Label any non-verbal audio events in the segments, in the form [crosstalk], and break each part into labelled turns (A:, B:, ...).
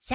A: シ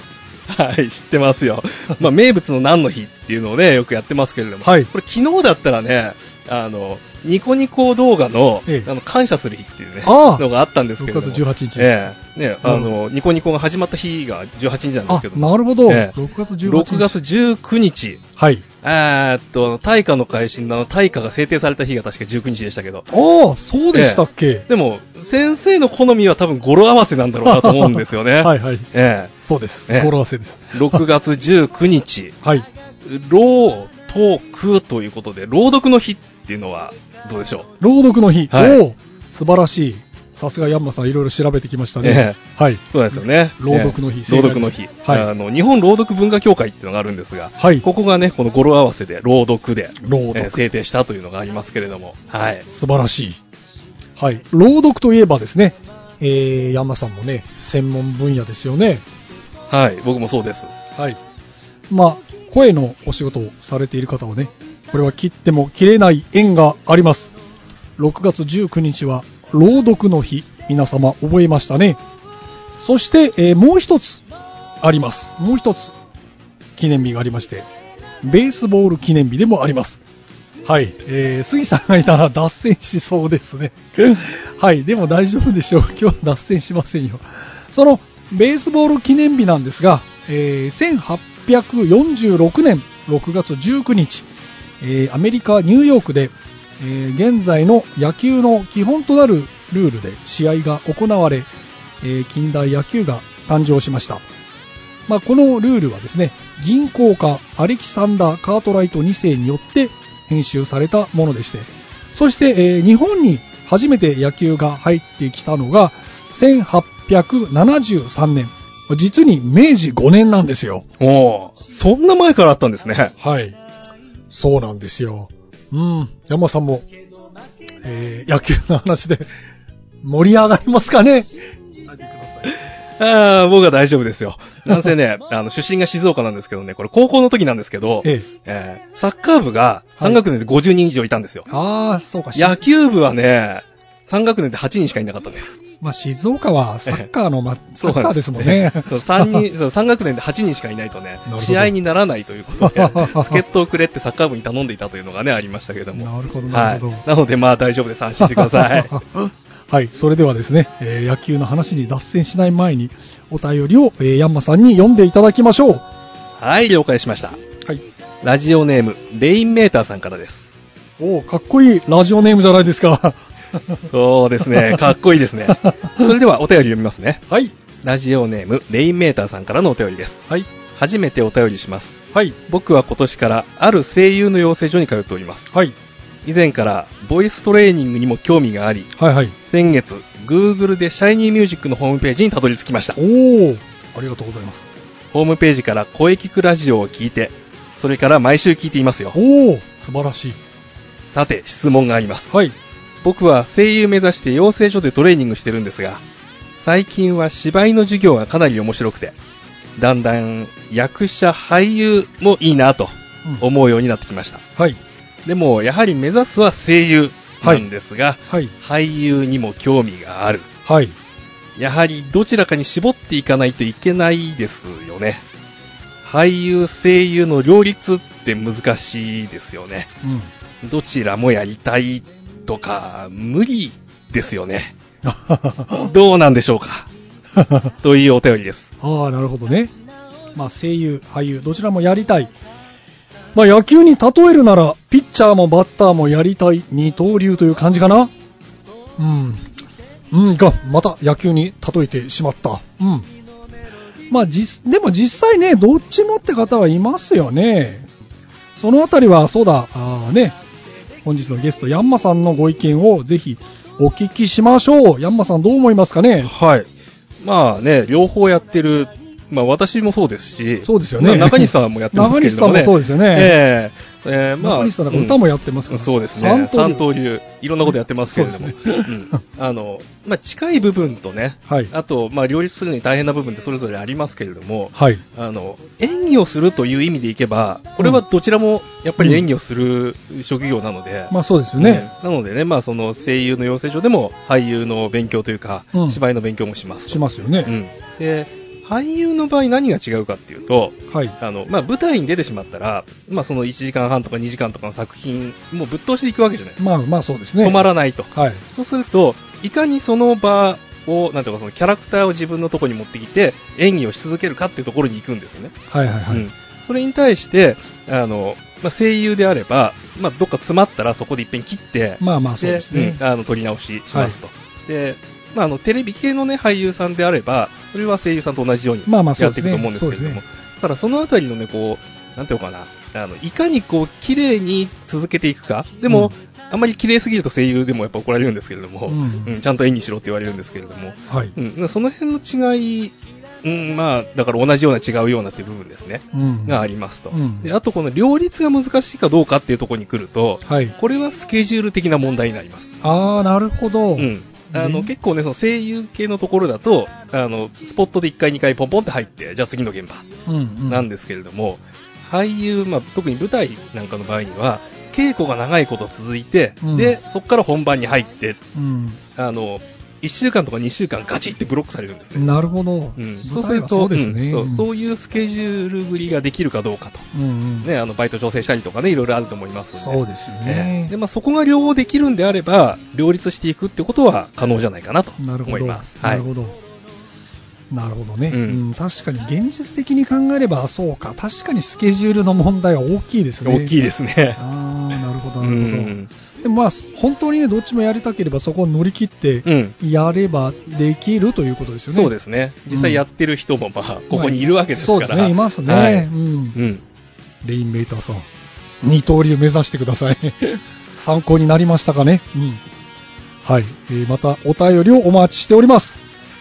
B: はい、知ってま
C: [laughs]
B: すよ。まあ、名物の何の日っていうのをね、よくやってますけれども、
C: はい
B: これ昨日だったらね、あの、ニコニコ動画の、
C: ええ
B: あの、感謝する日っていうね、
C: ああ
B: のがあったんですけ
C: ?6
B: れど
C: 月
B: も。
C: 18日。
B: ええね、あ
C: なる
B: の、ニコニコが始まった日が18日なんです
C: あ
B: け、ども。
C: なるほど。
B: ええ
C: 6月18日。
B: 6月19日、
C: はい。
B: えーっと、大化の改新のあの大化が制定された日が確か19日でしたけど、
C: ああ、そうでしたっけ、
B: でも、先生の好みは多分語呂合わせなんだろうなと思うんですよね。
C: [laughs] はいはい。
B: え
C: そうです。
B: ええ
C: 語呂合わせです。
B: え6月19日、
C: はい。
B: 老、と、くということで、朗読の日っていうのはどうでしょう
C: 朗読の日。
B: はい
C: おお素晴らしい。さすがヤンマさん、いろいろ調べてきましたね。はい。
B: そうですよね。
C: 朗読の日
B: ええ
C: 正
B: 朗
C: 解です
B: 読の日。
C: はい
B: あの、日本朗読文化協会っていうのがあるんですが、
C: はい
B: ここがね、この語呂合わせで朗読で、
C: 朗読
B: ええ制定したというのがありますけれども、はい。
C: 素晴らしい。はい。朗読といえばですね、えー、ヤンマさんもね、専門分野ですよね。
B: はい、僕もそうです。
C: はい。まあ、声のお仕事をされている方はね、これは切っても切れない縁があります。6月19日は朗読の日、皆様覚えましたね。そして、えーもう一つあります。もう一つ記念日がありまして、ベースボール記念日でもあります。はい、えー、杉さんがいたら脱線しそうですね。はい、でも大丈夫でしょう。今日は脱線しませんよ。そのベースボール記念日なんですが、えー1846年6月19日、えーアメリカ・ニューヨークで、えー現在の野球の基本となるルールで試合が行われ、えー近代野球が誕生しました。まあ、このルールはですね、銀行家アレキサンダー・カートライト2世によって編集されたものでして、そして、えー日本に初めて野球が入ってきたのが、1873年。実に明治5年なんですよ。
B: おお、そんな前からあったんですね。
C: はい。そうなんですよ。うん。山さんも、えー野球の話で盛り上がりますかね
B: ああ、僕は大丈夫ですよ。なんせね、 [laughs] あの、出身が静岡なんですけどね、これ高校の時なんですけど、
C: ええ
B: えーサッカー部が3学年で50人以上いたんですよ。
C: ああ、そうか。
B: 野球部はね、3学年で8人しかいなかったんです。
C: まあ、静岡はサッカーの、
B: [laughs]
C: ま、サッカーですもんね。
B: そう三人、そう三学年で8人しかいないとね
C: ほ、ど
B: 試合にならないということで、助っ人をくれってサッカー部に頼んでいたというのがね、ありましたけれども。
C: なるほど、な
B: は
C: る
B: い
C: ほど。。
B: なので、まあ大丈夫です。安心してください。
C: [laughs] はい、それではですね、えー野球の話に脱線しない前に、お便りを、えーヤンマさんに読んでいただきましょう。は
B: はい、了解しました。
C: い。
B: ラジオネーム、レインメーターさんからです。
C: おーかっこいいラジオネームじゃないですか。
B: そうですね。かっこいいですね。それではお便り読みますね。
C: はい。
B: ラジオネーム、レインメーターさんからのお便りです。
C: はい。
B: 初めてお便りします。
C: はい。
B: 僕は今年からある声優の養成所に通っております。
C: はい。
B: 以前からボイストレーニングにも興味があり、
C: はいはい。
B: 先月、Google で Shiny Music のホームページにたどり着きました。
C: おお。ありがとうございます。
B: ホームページから声聞くラジオを聞いて、それから毎週聞いていますよ。
C: おお。素晴らしい。
B: さて、質問があります。
C: はい。
B: 僕は声優目指して養成所でトレーニングしてるんですが、最近は芝居の授業がかなり面白くて、だんだん役者俳優もいいなと
C: うん
B: 思うようになってきました。
C: はい。
B: でも、やはり目指すは声優なんですが、
C: はい。
B: 俳優にも興味がある。
C: はい。
B: やはりどちらかに絞っていかないといけないですよね。俳優、声優の両立って難しいですよね。
C: うん。 [laughs]
B: どちらもやりたいとか、無理ですよね。
C: あはは
B: どうなんでしょうか
C: はは
B: というお便りです。
C: ああ、なるほどね。まあ、声優、俳優、どちらもやりたい。まあ、野球に例えるなら、ピッチャーもバッターもやりたい二刀流という感じかな。うん。うん、いかん。また野球に例えてしまった。うん。まあ、実、でも実際ね、どっちもって方はいますよね。そのあたりは、そうだ、あーね、本日のゲスト、ヤンマさんのご意見をぜひお聞きしましょう。ヤンマさんどう思いますかね
B: はい。まあね、両方やってる、まあ私もそうですし、
C: そうですよね
B: まあ中西さんもやってますけれどもね。
C: [laughs] 中西さんもそうですよね
B: ええええまあ。
C: 中西さんなんか歌もやってますから
B: うんそうですね。
C: 三
B: 三
C: 刀
B: 刀流。いろんなことやってますけれども。
C: そうですね
B: うんあの、まあ近い部分とね、
C: はい
B: あと、まあ両立するのに大変な部分ってそれぞれありますけれども、
C: はい。
B: あの、演技をするという意味でいけば、これはどちらもやっぱり演技をする職業なので、
C: まあそうですよね。
B: うんなのでね、まあ、その声優の養成所でも俳優の勉強というか、
C: うん
B: 芝居の勉強もしますと
C: しますよね。
B: うん、で俳優の場合何が違うかっていうと
C: はい。
B: あの、まあ、舞台に出てしまったら、まあ、その1時間半とか2時間とかの作品もうぶっ通していくわけじゃないですか、
C: まあまあそうですね。
B: 止まらないと
C: はい。
B: そうするといかにその場をなんていうかそのキャラクターを自分のところに持ってきて演技をし続けるかっていうところに行くんですよね
C: はいはいはい。
B: うん、それに対してあの、まあ、声優であれば、まあ、どっか詰まったらそこでいっぺん切って、
C: まあまあそうですね
B: うん。あの撮り直ししますと、でまあ、あのテレビ系の、ね、俳優さんであればそれは声優さんと同じように
C: まあまあそ
B: や
C: う
B: っ
C: で
B: て
C: す
B: いく
C: ね
B: と思うんですけれども、
C: そう
B: だからそのあたりのねこうなんていうのかなあのいかにこう綺麗に続けていくかでも、
C: うん
B: あまり綺麗すぎると声優でもやっぱ怒られるんですけれども、
C: うん
B: うんちゃんと演技しろって言われるんですけれども、
C: はい。
B: うん、その辺の違い、うん、まあ、だから同じような違うようなっていう部分ですね、
C: うん。
B: がありますと、
C: うん
B: で。あとこの両立が難しいかどうかっていうところに来ると、
C: はい。
B: これはスケジュール的な問題になります。
C: ああ、なるほど。
B: うんあの
C: ね
B: 結構ね、その声優系のところだと、あのスポットで1回、2回ポンポンって入って、じゃあ次の現場
C: うん。
B: なん
C: で。
B: ですけれども、俳優、まあ、特に舞台なんかの場合には、稽古が長いこと続いて、
C: うん
B: でそこから本番に入って
C: うん。
B: あの、1週間とか2週間、ガチってブロックされるんですね。
C: なるほど。
B: うん、そ
C: 舞
B: うす
C: 台
B: る
C: は
B: と
C: そうですね。
B: んそうそうういうスケジュールぶりができるかどうかと、
C: んうん。
B: ね、あのバイト調整したりとかね、いろいろあると思いますので、
C: そうですよ
B: ええ
C: ね
B: で。まあ、そこが両方できるんであれば、両立していくってことは可能じゃないかなと
C: なるほ
B: 思い
C: ど。
B: ます。
C: な
B: はい
C: るほど。なるほどね、
B: うん
C: うん確かに現実的に考えれば、そうか。確かにスケジュールの問題は大きいですね。
B: 大きいですね。
C: ああ、なるほど、
B: う
C: なるほど。
B: ん、
C: でもまあ、本当にね、どっちもやりたければ、そこを乗り切って
B: うん
C: やればできるということですよね。。
B: そうですすね。実際やってる人も、まあ、ここにいるわけです
C: そう
B: か
C: で
B: ら。
C: すね、いますね。
B: は
C: う。
B: いうんん。
C: レインメーターさん、二刀流目指してください。 [laughs] 参考になりましたかね。うん。はい、えーまたお便りをお待ちしております。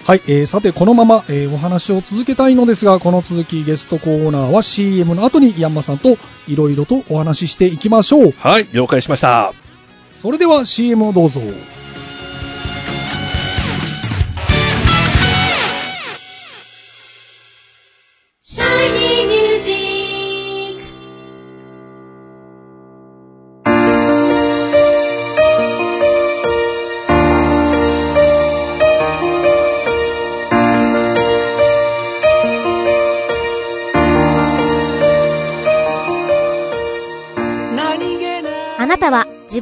C: はい、えーさて、このまま、えーお話を続けたいのですが、この続きゲストコーナーは CM の後にヤンマさんといろいろとお話ししていきましょう。
B: はい、了解しました。
C: それでは CM をどうぞ。
D: Shiny Music
A: あなたは自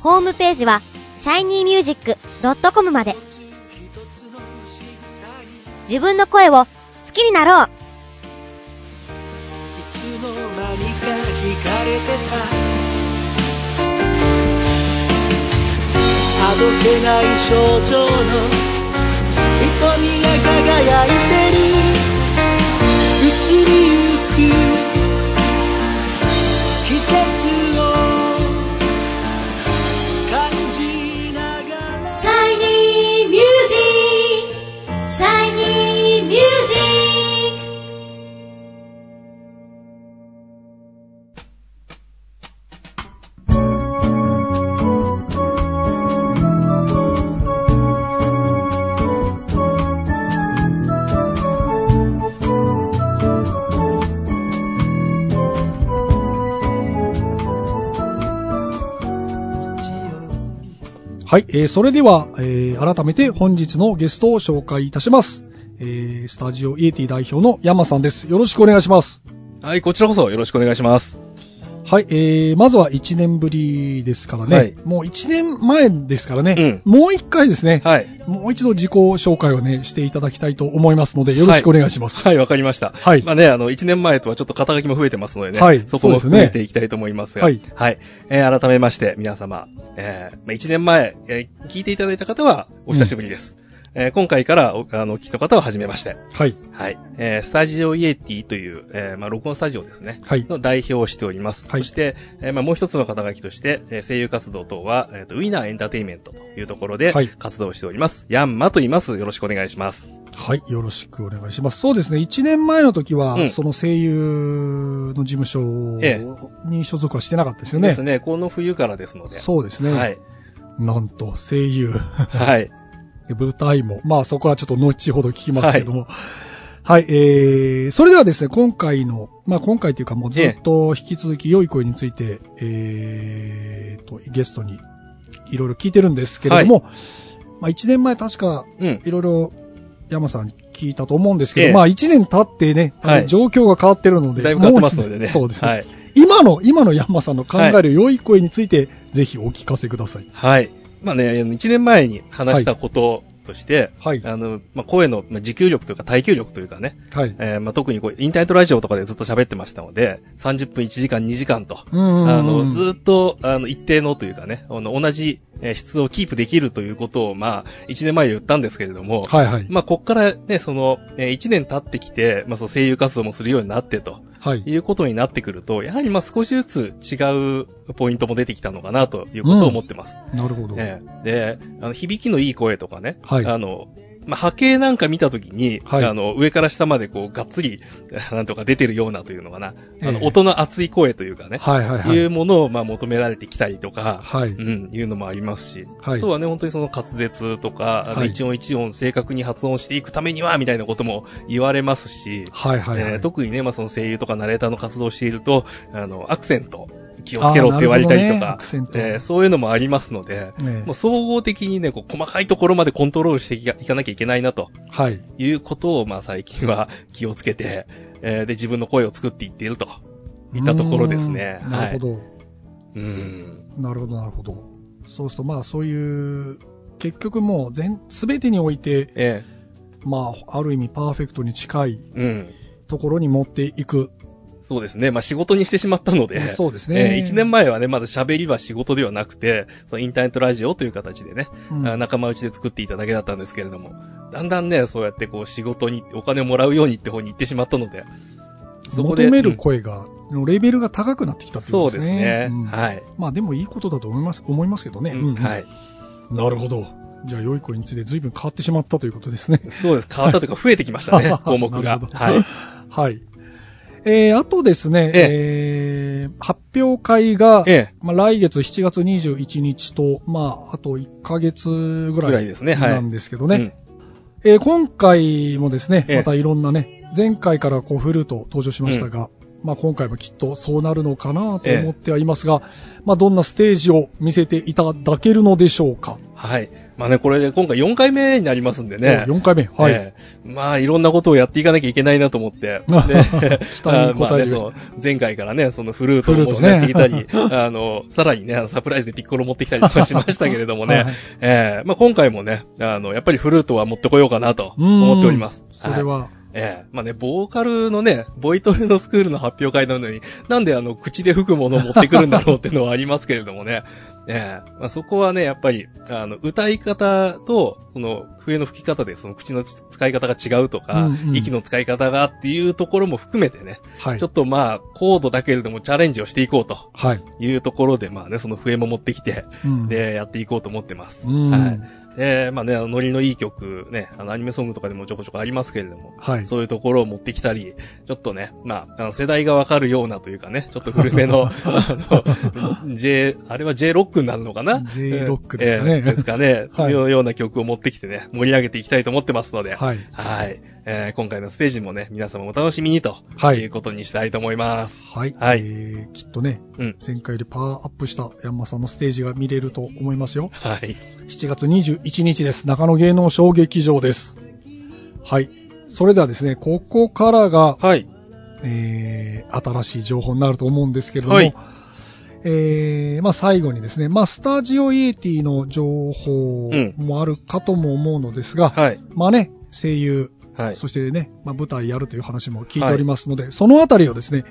A: ホームページは shinymusic.com まで自分の声を好きになろう
E: つの間にか惹かれてたあどけない症状の瞳が輝いてる移りゆく季節を感じながら
D: Shiny music, shiny music.
C: はい、えーそれでは、えー改めて本日のゲストを紹介いたします。えースタジオイエティ代表の山さんです。よろしくお願いします。
B: はい、こちらこそよろしくお願いします。
C: はい、えーまずは1年ぶりですからね。
B: はい
C: もう1年前ですからね。もう1回ですね。
B: はい。
C: もう一度自己紹介をね、していただきたいと思いますので、よろしくお願いします。
B: [laughs] はい、わかりました。
C: はい
B: まあね、あの、1年前とはちょっと肩書きも増えてますのでね。
C: はい
B: そこも
C: そう
B: 含
C: ですね
B: めていきたいと思いますが。
C: はい
B: はい。えー改めまして、皆様。えーまあ、1年前、えー聞いていただいた方は、お久しぶりです。えー今回から、おあの、お聞きの方は、初めまして。
C: はい。
B: はい。えースタジオイエティという、えーまあ、録音スタジオですね。
C: はい。
B: の代表をしております。
C: はい
B: そして、えーまあ、もう一つの肩書きとして、えー声優活動等は、えーとウィナーエンターテインメントというところで
C: はい
B: 活動をしております。ヤンマと言います。よろしくお願いします。
C: はい。よろしくお願いします。そうですね。1年前の時は、
B: うん
C: その声優の事務所
B: え
C: に所属はしてなかったですよね。
B: ですね。この冬からですので。
C: そうですね。
B: はい。
C: なんと、声優。
B: はい。
C: で舞台も。まあそこはちょっと後ほど聞きますけども。はい、えー、それではですね、今回の、まあ今回というかもうずっと引き続き良い声について、えーと、ゲストにいろいろ聞いてるんですけれども、まあ1年前確か
B: うん。
C: いろいろ山さん聞いたと思うんですけど、
B: ええ
C: まあ1年経ってね、あの
B: はい
C: 状況が変わってるので、
B: だいぶ変わってますのでね。
C: もう一年そうですね。
B: はい。
C: 今の、今の山さんの考える良い声について、ぜひお聞かせください。
B: はい。まあね、1年前に話したこととして、
C: はい。
B: あの、まあ、声のまあ持久力というか耐久力というかね、
C: はい。
B: えーまあ、特にこう、インターネットラジオとかでずっと喋ってましたので、30分1時間2時間と、
C: うん
B: あの、ずーっと、あの、一定のというかね、あの、同じえー質をキープできるということを、まあ、一年前言ったんですけれども、
C: はいはい。
B: まあ、こっからね、その、えー一年経ってきて、まあ、そう、声優活動もするようになってと、
C: はい。
B: いうことになってくると、やはり、まあ、少しずつ違うポイントも出てきたのかな、ということを思ってます。
C: なるほど。
B: ええで、あの、響きのいい声とかね、
C: はい
B: あの、まあ、波形なんか見たときに、
C: はい
B: あの、上から下までこう、がっつり、 [laughs] なんとか出てるようなというのかな、あの、
C: ええ
B: 音の厚い声というかね、
C: はいはいはいい。
B: うものをまあ求められてきたりとか、。
C: はいう
B: ん、いうのもありますし、
C: は
B: あ
C: い
B: と。はね、本当にその滑舌とか、あの
C: はい
B: 一音一音正確に発音していくためには、みたいなことも言われますし、
C: はいはいは
B: えー
C: い。
B: 特にね、まあその声優とかナレーターの活動をしていると、あの、アクセント気をつけろって言われたり
C: あ
B: と
C: ーなるほどねア
B: か
C: クセン、ト
B: えーそういうのもありますので、
C: ね
B: もう総合的にね、こう細かいところまでコントロールしていかいかなきゃいけないなと
C: はい。
B: いうことを、まあ最近は [laughs] 気をつけて、えーで、自分の声を作っていっていると。いったところですね
C: うーんなるほど。
B: うん。
C: なるほど、なるほど。そうすると、まあそういう、結局もう全、すべてにおいて、
B: え
C: まあ、ある意味パーフェクトに近い
B: えうん。
C: ところに持っていく。
B: そうですね。まあ、仕事にしてしまったので。
C: そうですね。
B: えー1年前はね、まだ喋りは仕事ではなくて、そのインターネットラジオという形でね、
C: うん
B: あ仲間内で作っていただけだったんですけれども、だんだんね、そうやってこう仕事にお金をもらうようにって方に行ってしまったので、
C: 求める
B: うん
C: 声が、のレベルが高くなってきたってい
B: そうう
C: こと
B: で
C: ですすね
B: ね。。
C: うん
B: はい。
C: まあでもいいことだと思います、思いますけどね。
B: うんはい。
C: なるほど。じゃあ、良い声について随分変わってしまったということですね。、
B: そうです。変わったというか増えてきましたね項
C: [laughs]
B: 目
C: な
B: が。
C: るほど [laughs]
B: はい。
C: はい。えー、あとですね、
B: え
C: えー発表会が、
B: ええ。
C: まあ、来月7月21日と、まあ、あと1ヶ月ぐらい
B: ぐらいですねはい
C: なんですけどね。えー今回もですね、
B: ええ
C: またいろんなね、前回からこうフルート登場しましたが、まあ、今回もきっとそうなるのかなと思ってはいますが、まあ、どんなステージを見せていただけるのでしょうか。
B: はい。まあね、これで今回4回目になりますんでね。
C: 4回目。はい。
B: ええまあ、いろんなことをやっていかなきゃいけないなと
C: [laughs]
B: 思って。で
C: 期待に応える
B: あそう前回からね、そのフルートを持ち出してきた
C: [laughs]
B: り、あの、さらにね、あのサプライズでピッコロ持ってきたりとかしましたけれどもね。
C: はいはい
B: ええまあ今回もね、あの、やっぱりフルートは持ってこようかなと
C: うーん
B: 思っております。
C: それは、
B: ええまあね、ボーカルのね、ボイトレのスクールの発表会なのに、なんであの、口で吹くものを持ってくるんだろうっていうのはありますけれどもね。 [laughs] ええまあ、そこはね、やっぱり、あの、歌い方と、その、笛の吹き方で、その口の使い方が違うとか、
C: うんうん
B: 息の使い方がっていうところも含めてね、
C: はい。
B: ちょっとまあ、高度だけれどもチャレンジをしていこうと
C: はい。
B: いうところで、まあね、その笛も持ってきて、
C: うん、
B: で、やっていこうと思ってます。
C: うん
B: はい。で、まあね、あのノリのいい曲、ね、あの、アニメソングとかでもちょこちょこありますけれども、
C: はい。
B: そういうところを持ってきたり、ちょっとね、まあ、あの世代がわかるようなというかね、ちょっと古めの、
C: [laughs]
B: あの、J、あれは J ロックになるのかな
C: J ロックですかね
B: えーですかね。
C: はい
B: のような曲を持ってきてね、盛り上げていきたいと思ってますので、
C: はい。
B: はい。えー今回のステージもね、皆様お楽しみにと、
C: はい
B: い、うことにしたいと思います。
C: はい。
B: はい
C: えーきっとね、
B: うん
C: 前回よりパワーアップしたヤンマさんのステージが見れると思いますよ。
B: はい。
C: 7月21日です。中野芸能小劇場です。はい。それではですね、ここからが、
B: はい。
C: えー新しい情報になると思うんですけれども、
B: はい
C: えーまあ最後にですね、まあスタジオイエティの情報
B: うん
C: もあるかとも思うのですが、
B: はい。
C: まあね、声優、
B: はい。
C: そしてね、まあ、舞台やるという話も聞いておりますので、そのあたりをですね、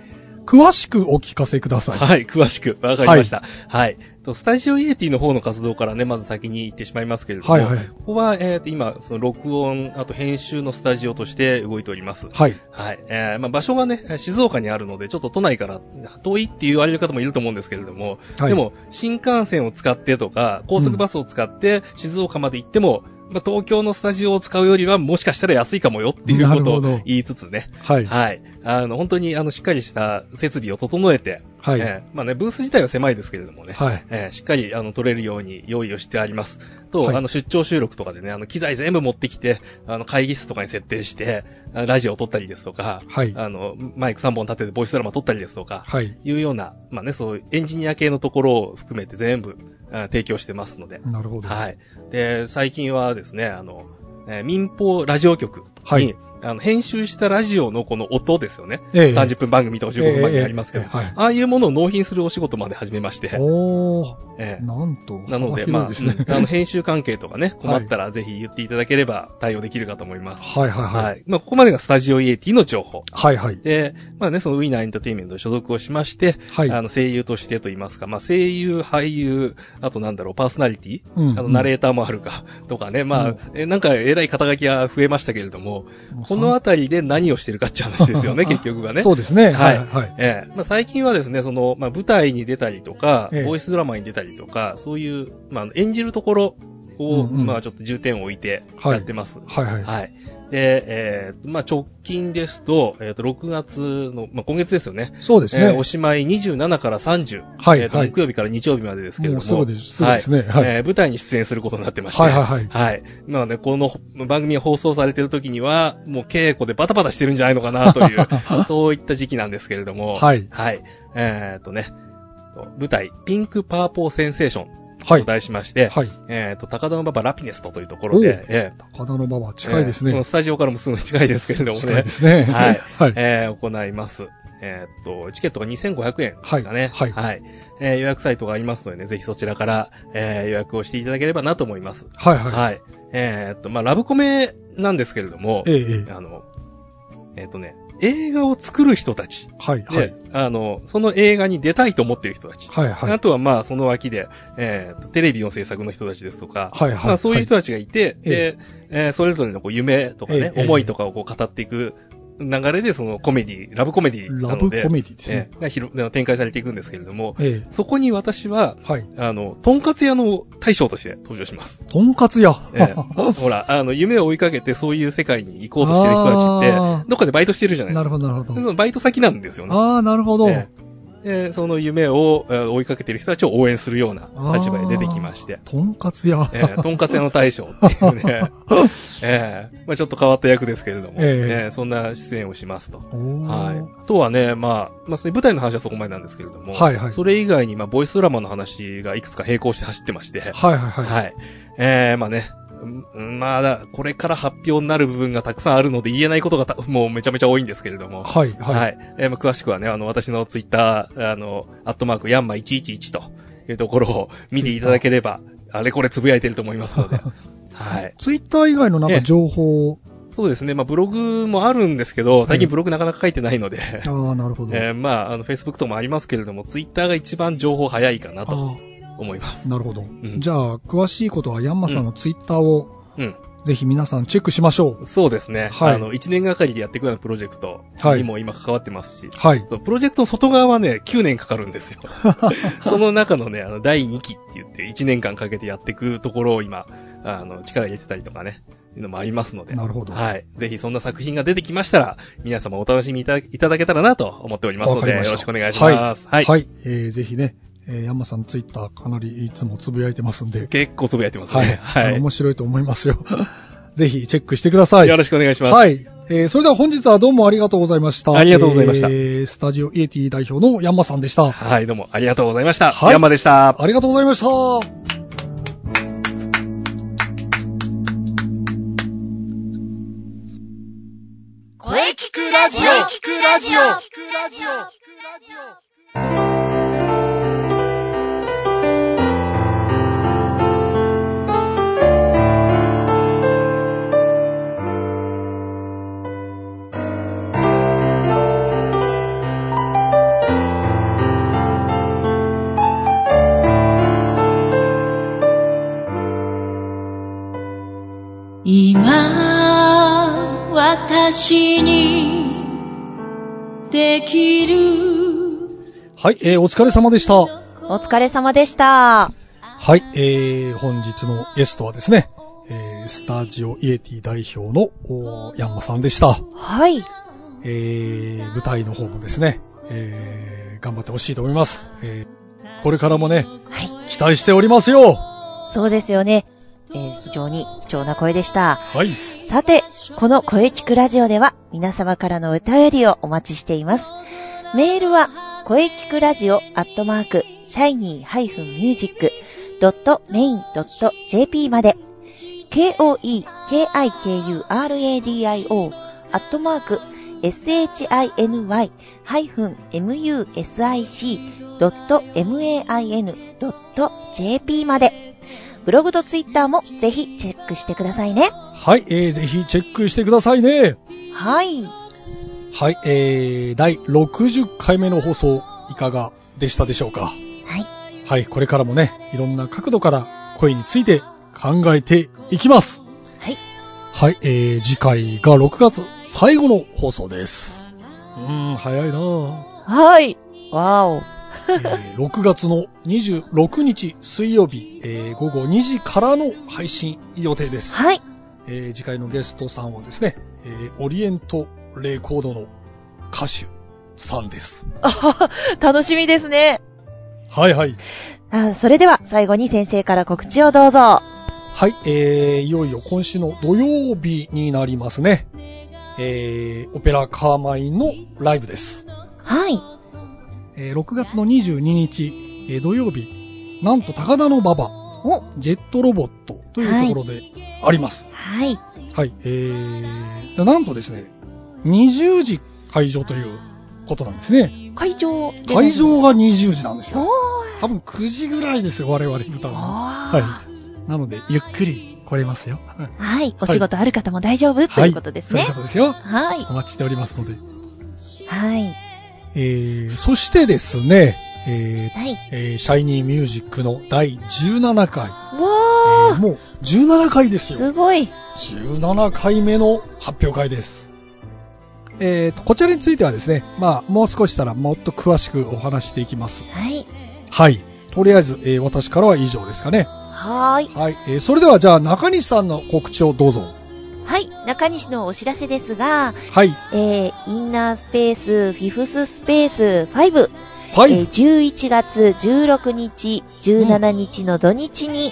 C: 詳しくお聞かせください。
B: はい、詳しくわかりました。はい、とスタジオイエティの方の活動からね、まず先に行ってしまいますけれども、
C: はいはい
B: ここは、えーと今、その録音、あと編集のスタジオとして動いております。
C: はい。
B: はい。えーまあ、場所がね、静岡にあるので、ちょっと都内から遠いって言われる方もいると思うんですけれども、
C: はい
B: でも、新幹線を使ってとか、高速バスを使って静岡まで行っても、まあ、東京のスタジオを使うよりは、もしかしたら安いかもよっていう
C: な
B: こと
C: るほ
B: を
C: ど
B: 言いつつね、
C: はい。
B: はい。あの、本当に、あの、しっかりした設備を整えて、
C: はい
B: えーまあね、ブース自体は狭いですけれどもね。
C: はい。
B: えーしっかり、あの、取れるように用意をしてあります。と、
C: はい
B: あの、出張収録とかでね、あの、機材全部持ってきて、あの、会議室とかに設定して、あのラジオを撮ったりですとか、
C: はい
B: あの、マイク3本立ててボイスドラマ撮ったりですとか、
C: はい。
B: いうような、まあね、そう、エンジニア系のところを含めて全部、あ提供してますので、
C: なるほど。
B: はい。で、最近はですね、あの、えー民放ラジオ局に、
C: はい
B: あの編集したラジオのこの音ですよね。
C: ええ
B: 30分番組とか15分番組ありますけど、
C: ええええええはい
B: ああいうものを納品するお仕事まで始めまして、
C: おー、
B: ええ
C: なんと。
B: なので、
C: 幅
B: まあ、
C: 広いですね
B: うんあの、編集関係とかね、困ったらぜひ言っていただければ対応できるかと思います。
C: はいはい
B: はい。
C: はい。
B: まあ、ここまでがスタジオイエティの情報。
C: はいはい。
B: で、まあね、そのウィナーエンターテインメントに所属をしまして、
C: はい
B: あの、声優としてと言いますか、まあ、声優、俳優、あとなんだろう、パーソナリティ、
C: うん
B: あの、ナレーターもあるか、 [laughs] とかね、まあ、
C: うん
B: えなんか、偉い肩書きが増えましたけれども、
C: もう
B: このあたりで何をしてるかっていう話です
C: [laughs]
B: よね、結局がね。
C: そうですね。は
B: はいい。
C: はい。
B: ええまあ、最近はですね、その、まあ、舞台に出たりとか、
C: ええ
B: ボイスドラマに出たりとか、そういう、まあ、演じるところを、
C: うんうん
B: まあ、ちょっと重点を置いて
C: はい
B: やってます。
C: はいはい。
B: はい。で、えーまあ、直近ですと、えっ、と、6月の、まあ、今月ですよね。
C: そうですね。
B: えーおしまい27から30。
C: はい
B: えーと
C: はい
B: 木曜日から日曜日までですけれども。
C: もうすぐですすぐですね
B: はい
C: はい
B: えー舞台に出演することになってまして。
C: はいはいはい
B: まあね、この番組が放送されてる時には、もう稽古でバタバタしてるんじゃないのかなと
C: [laughs]
B: いう、そういった時期なんですけれども。
C: はい
B: はい。えっ、とね、と舞台、ピンクパーポーセンセーション。
C: はい
B: と題しまして、
C: はい
B: えっ、と、高田馬場ラピネストというところで
C: お、
B: えー
C: 肌の場は近いです
B: えーこ
C: ね
B: の。スタジオからもすぐ近いですけれどもね。
C: 近いですね
B: はい。
C: [laughs] はい
B: えー行います。えーっと、チケットが2500円ですかね。
C: はいは
B: えー予約サイトがありますのでね、ぜひそちらから、えー予約をしていただければなと思います。
C: はい
B: はい。
C: はい。
B: えーっと、まあ、ラブコメなんですけれども、
C: ええええ
B: あの、えーっとね、映画を作る人たち。
C: はいは
B: で、
C: い。
B: あの、その映画に出たいと思っている人たち。
C: はいは
B: あ
C: い。
B: とはまあその脇で、えーとテレビの制作の人たちですとか、
C: はいはい
B: まあ、そういう人たちがいて、
C: え
B: でえーそれぞれのこう夢とかね、
C: ええ
B: 思いとかをこう語っていく流れでそのコメディ、ラブコメディな
C: ラブ
B: ので、
C: コメディですね
B: え。ーが広が展開されていくんですけれども、
C: え
B: そこに私は、
C: え。はい。
B: あの、とんかつ屋の大将として登場し
C: [laughs]
B: ます。
C: とんかつ屋。
B: ええほら、あの、夢を追いかけてそういう世界に行こうとしてる人たち
C: あ
B: っ
C: ー
B: て、どっかでバイトしてるじゃない
C: な
B: です
C: る
B: か。
C: ほどなるほ
B: でそ
C: ど。
B: のバイト先なんですよね。
C: ああ、なるほど。
B: えで、その夢をえー追いかけている人たちを応援するような
C: あー
B: 立場で出てきまして。
C: とんかつ屋。
B: えー、とんかつ屋の大将っていう
C: [laughs]
B: ね、えーまあ、ちょっと変わった役ですけれども、
C: ええ
B: えーそんな出演をしますと。
C: [laughs] おー
B: はい。あとはね、まあ、まあ、舞台の話はそこまでなんですけれども、
C: はいはい
B: それ以外に、まあ、ボイスドラマの話がいくつか並行して走ってまして、はい。
C: はいはいはい。
B: えー、まあね、うんまあだ、これから発表になる部分がたくさんあるので言えないことがた [laughs] もうめちゃめちゃ多いんですけれども、
C: はいはい。
B: はい。えーまあ、詳しくはね、あの、私のツイッター、あの、アットマーク、ヤンマ111というところを見ていただければ、あれこれつぶやいてると思います
C: [laughs]
B: ので。はい。
C: ツイッター以外のなんか情報を、
B: そうですね。まあ、ブログもあるんですけど、最近ブログなかなか書いてないので、
C: ああ、なるほど。
B: えーまあ、あの、Facebook ともありますけれども、ツイッターが一番情報早いかなと
C: あ
B: 思いま
C: あ、
B: す。
C: なるほど。
B: ん
C: じゃあ、詳しいことはヤンマさんのツイッターを、
B: うん。
C: ぜひ皆さんチェックしましょう。
B: そうですね。
C: はい
B: あの、1年がかりでやっていくようなプロジェクトにも今関わってますし、
C: はい。
B: プロジェクトの外側はね、9年かかるんで
C: [laughs]
B: すよ。その中のね、あの、第2期って言って、1年間かけてやっていくところを今、あの、力入れてたりとかね、いうのもありますので。
C: なるほど
B: はい。ぜひそんな作品が出てきましたら、皆様お楽しみいただいただけたらなと思っておりますの
C: わか
B: で、
C: り
B: よ
C: ました
B: ろしくお願いします。はい。
C: はい。えーぜひね、えーヤンマさんのツイッターかなりいつもつぶやいてますんで、
B: 結構つぶやいてます
C: はい
B: ね。。は
C: あの
B: い。
C: 面白いと思いますよ。 [laughs] ぜひチェックしてください。
B: よろしくお願いします。
C: はい。えーそれでは本日はどうもありがとうございました。
B: ありがとうございました
C: えースタジオイエティ代表のヤンマさんでした。
B: はい、どうもありがとうございました。
C: はい
B: 山でした。
C: ありがとうございました。
E: 声聞くラジオ聞くラジオ聞くラジオ
D: 今私にできる
C: はい、えーお疲れ様でした。
F: お疲れ様でした。
C: はい、えー本日のゲストはですね、えースタジオイエティ代表のおーヤンマさんでした。
F: はい。
C: えー舞台の方もですね、えー頑張ってほしいと思います。えーこれからもね、期待しておりますよ。
F: そうですよね。えー非常に貴重な声でした。
C: はい。
F: さて、この声聞くラジオでは皆様からのお便りをお待ちしています。メールは、声聞くラジオアットマーク、シャイニー -music.main.jp まで、k-o-e-k-i-k-u-r-a-d-i-o アットマーク、shiny-music.main.jp まで、ブログとツイッターもぜひチェックしてくださいね。
C: はい、えーぜひチェックしてくださいね。
F: はい。
C: はい、えー第60回目の放送、いかがでしたでしょうか
F: はい。
C: はい、これからもね、いろんな角度から声について考えていきます。
F: はい。
C: はい、えー、次回が6月最後の放送です。うーん、早いなぁ、
F: はい。わお。
C: えー [laughs] 6月の26日水曜日、えー午後2時からの配信予定です。
F: はい。
C: えー次回のゲストさんはですね、えーオリエントレコードの歌手さんです。
F: 楽しみですね。
C: はいはい。
F: あそれでは最後に先生から告知をどうぞ。
C: はい、えー、いよいよ今週の土曜日になりますね。えー、オペラカーマインのライブです。
F: はい。
C: えー6月の22日、えー土曜日、なんと高田の馬場のジェットロボットというところであります。
F: はい。
C: はい、えー、でなんとですね、20時会場ということなんですね。
F: 会場で
C: 会場が20時なんです
F: おー
C: よ。多分9時ぐらいですよ、我々歌うのは。
F: あ
C: はい。なので、ゆっくり来れますよ。
F: ーはい。お仕事ある方も大丈夫、ということです
C: そうい
F: ね
C: うこ。とですよ。
F: はい。
C: お待ちしておりますので。
F: はい。
C: えー、そしてですね、え
F: はい。
C: ーえーシャイニーミュージックの第17回、えー
F: わ
C: もう17回です
F: ー
C: よ。
F: すごい。
C: 17回目の発表会です。えーと、こちらについてはですね、まあ、もう少ししたらもっと詳しくお話していきます。
F: はい。
C: はい。とりあえず、えー私からは以上ですかね。
F: はーい。
C: はい。えーそれではじゃあ中西さんの告知をどうぞ。
F: はい。中西のお知らせですが、
C: はい。
F: えー、インナースペース、フィフススペース、ファイブ、
C: は
F: えー
C: い。
F: 11月16日、17日の土日に、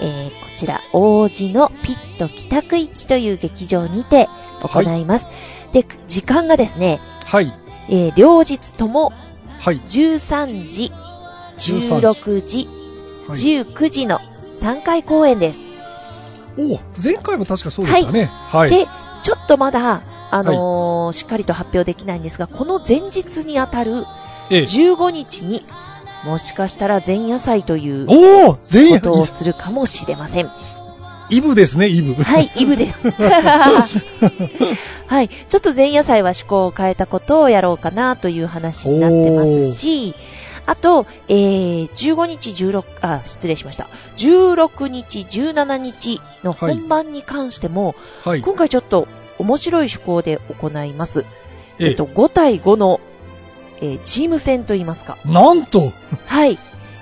F: えーこちら、王子のピット北区域という劇場にて行います。で、時間がですね、
C: はい。
F: えー両日とも
C: はい。
F: 13時、
C: 13
F: 16時、
C: はい、
F: 19時の3回公演です。
C: お前回も確かそうでしたね。はい。
F: で、ちょっとまだ、あのーしっかりと発表できないんですが、この前日にあたる
C: ええ
F: 15日に、もしかしたら前夜祭というこ
C: おお全員
F: とをするかもしれません。
C: イブですね、イブ。 [laughs]
F: はい、イブです。はい、ちょっと前夜祭は趣向を変えたことをやろうかなという話になってますし、あと、えー、15日16、あ、失礼しました。16日、17日の本番に関しても、
C: はい。
F: 今回ちょっと面白い趣向で行います。
C: え
F: え
C: え
F: っと、5対5の、えーチーム戦といいます [laughs] か。
C: なんと、
F: はい。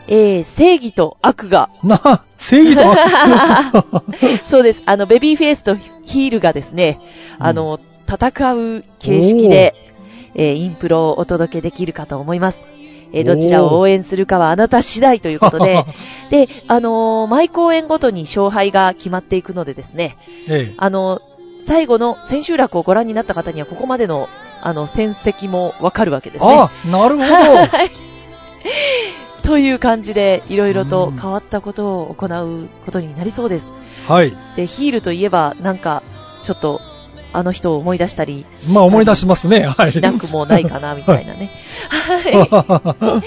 F: えー、正義と悪が、
C: な、正義と悪。
F: そうです。あの、ベビーフェイスとヒールがですね、
C: うん
F: [laughs] あの、戦う形式で、えーインプロをお届けできるかと思います。えーどちらを応援するかはあなた次第というこ
C: [laughs]
F: とで、で、あのー毎公演ごとに勝敗が決まっていくのでですね、
C: ええ。
F: あの、最後の千秋楽をご覧になった方にはここまでの、あの、戦績もわかるわけですね。
C: あ、な
F: [laughs]
C: るほど。
F: はい。という感じで、いろいろと変わったことを行うことになりそうです。
C: はい。
F: で、ヒールといえば、なんか、ちょっと、あの人を思い出したり
C: まあ思い出しますね。はい。
F: しなくもないかな、みたいなね。は。
C: [laughs] は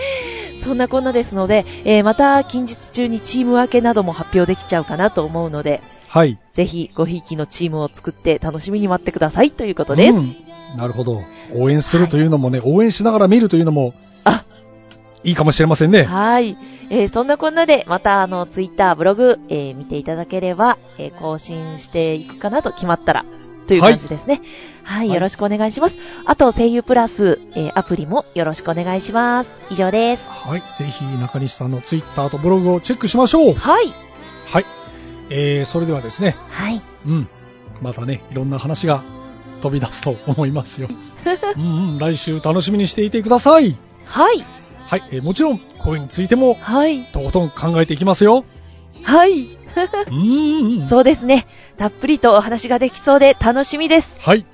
C: い
F: そんなこんなですので、えーまた近日中にチーム分けなども発表できちゃうかなと思うので、
C: い。
F: ぜひ、ごひいきのチームを作って楽しみに待ってくださいということです。
C: うんなるほど。応援するというのもね、応援しながら見るというのも
F: あ、
C: いいかもしれませんね。
F: はい。えーそんなこんなで、また、あの、ツイッター、ブログ、えー見ていただければ、えー更新していくかなと決まったら、という感じですね。はい、
C: はい
F: よろしくお願いします。あと、声優プラス、えーアプリもよろしくお願いします。以上です。
C: はい。ぜひ中西さんのツイッターとブログをチェックしましょう。
F: はい。
C: はい。えー、それではですね、
F: はい。
C: うん。またね、いろんな話が飛び出すと思います
F: [laughs]
C: よ。うんうん、来週楽しみにしていてください。
F: はい。
C: はい、えーもちろん、声についても、
F: はい。
C: とことん考えていきます
F: [laughs]
C: よ。
F: はい。
C: うーん。
F: そうですね。たっぷりとお話ができそうで楽しみです。
C: はい、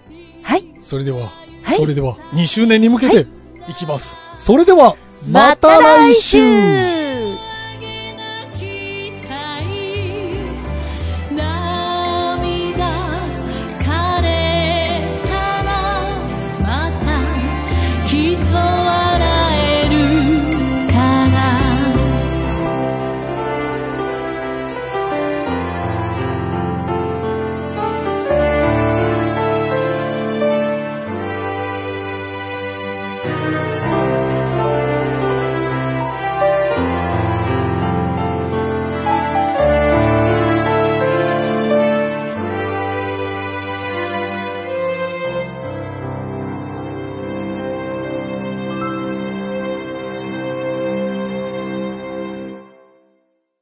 F: はい。
C: それでは、
F: はい
C: それでは、2周年に向けて、いきます。それでは、
F: また来週